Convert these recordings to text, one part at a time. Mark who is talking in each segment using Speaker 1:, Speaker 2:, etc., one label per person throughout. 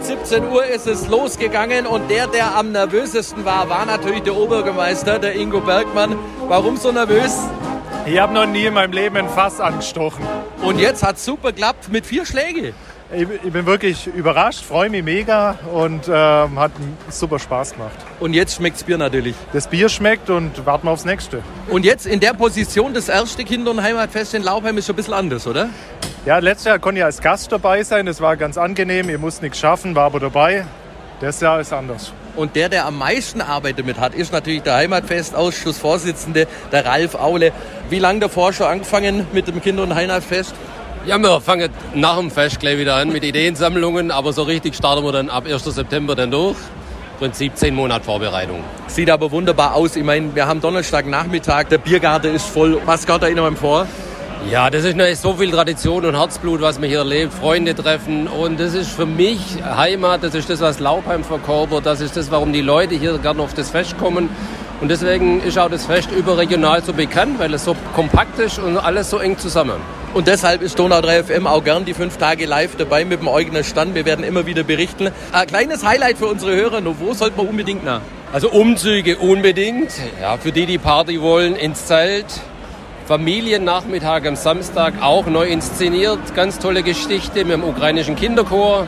Speaker 1: 17 Uhr ist es losgegangen und der, der am nervösesten war, war natürlich der Oberbürgermeister, der Ingo Bergmann. Warum so nervös?
Speaker 2: Ich habe noch nie in meinem Leben ein Fass angestochen.
Speaker 1: Und jetzt hat es super geklappt mit vier Schlägen.
Speaker 2: Ich, ich bin wirklich überrascht, freue mich mega und ähm, hat super Spaß gemacht.
Speaker 1: Und jetzt schmeckt's Bier natürlich.
Speaker 2: Das Bier schmeckt und warten wir aufs nächste.
Speaker 1: Und jetzt in der Position das erste Kinder- und Heimatfest in Laubheim ist schon ein bisschen anders, oder?
Speaker 2: Ja, letztes Jahr konnte ich als Gast dabei sein, das war ganz angenehm, ihr musst nichts schaffen, war aber dabei. Das Jahr ist anders.
Speaker 1: Und der, der am meisten Arbeit damit hat, ist natürlich der Heimatfestausschussvorsitzende, der Ralf Aule. Wie lange davor schon angefangen mit dem Kinder- und Heimatfest?
Speaker 3: Ja, wir fangen nach dem Fest gleich wieder an mit Ideensammlungen, aber so richtig starten wir dann ab 1. September dann durch. Im Prinzip zehn Monate Vorbereitung.
Speaker 1: Sieht aber wunderbar aus. Ich meine, wir haben Donnerstagnachmittag, der Biergarten ist voll. Was geht da in einem vor?
Speaker 3: Ja, das ist natürlich so viel Tradition und Herzblut, was man hier erlebt, Freunde treffen und das ist für mich Heimat, das ist das, was Laubheim verkörpert, das ist das, warum die Leute hier gerne auf das Fest kommen und deswegen ist auch das Fest überregional so bekannt, weil es so kompakt ist und alles so eng zusammen.
Speaker 1: Und deshalb ist Donau 3 FM auch gern die fünf Tage live dabei mit dem eigenen Stand. Wir werden immer wieder berichten. Ein kleines Highlight für unsere Hörer, nur wo sollte man unbedingt nach?
Speaker 3: Also Umzüge unbedingt, ja, für die, die Party wollen, ins Zelt. Familiennachmittag am Samstag auch neu inszeniert. Ganz tolle Geschichte mit dem ukrainischen Kinderchor.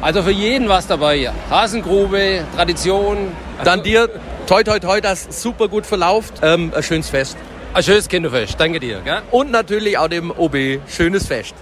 Speaker 3: Also für jeden was dabei. Hasengrube, Tradition. also-
Speaker 1: Dann dir, toi toi toi, das super gut verlauft. Ähm, ein schönes Fest.
Speaker 3: Ein schönes Kinderfest, Ah, danke dir. Gell?
Speaker 1: Und natürlich auch dem OB, schönes Fest.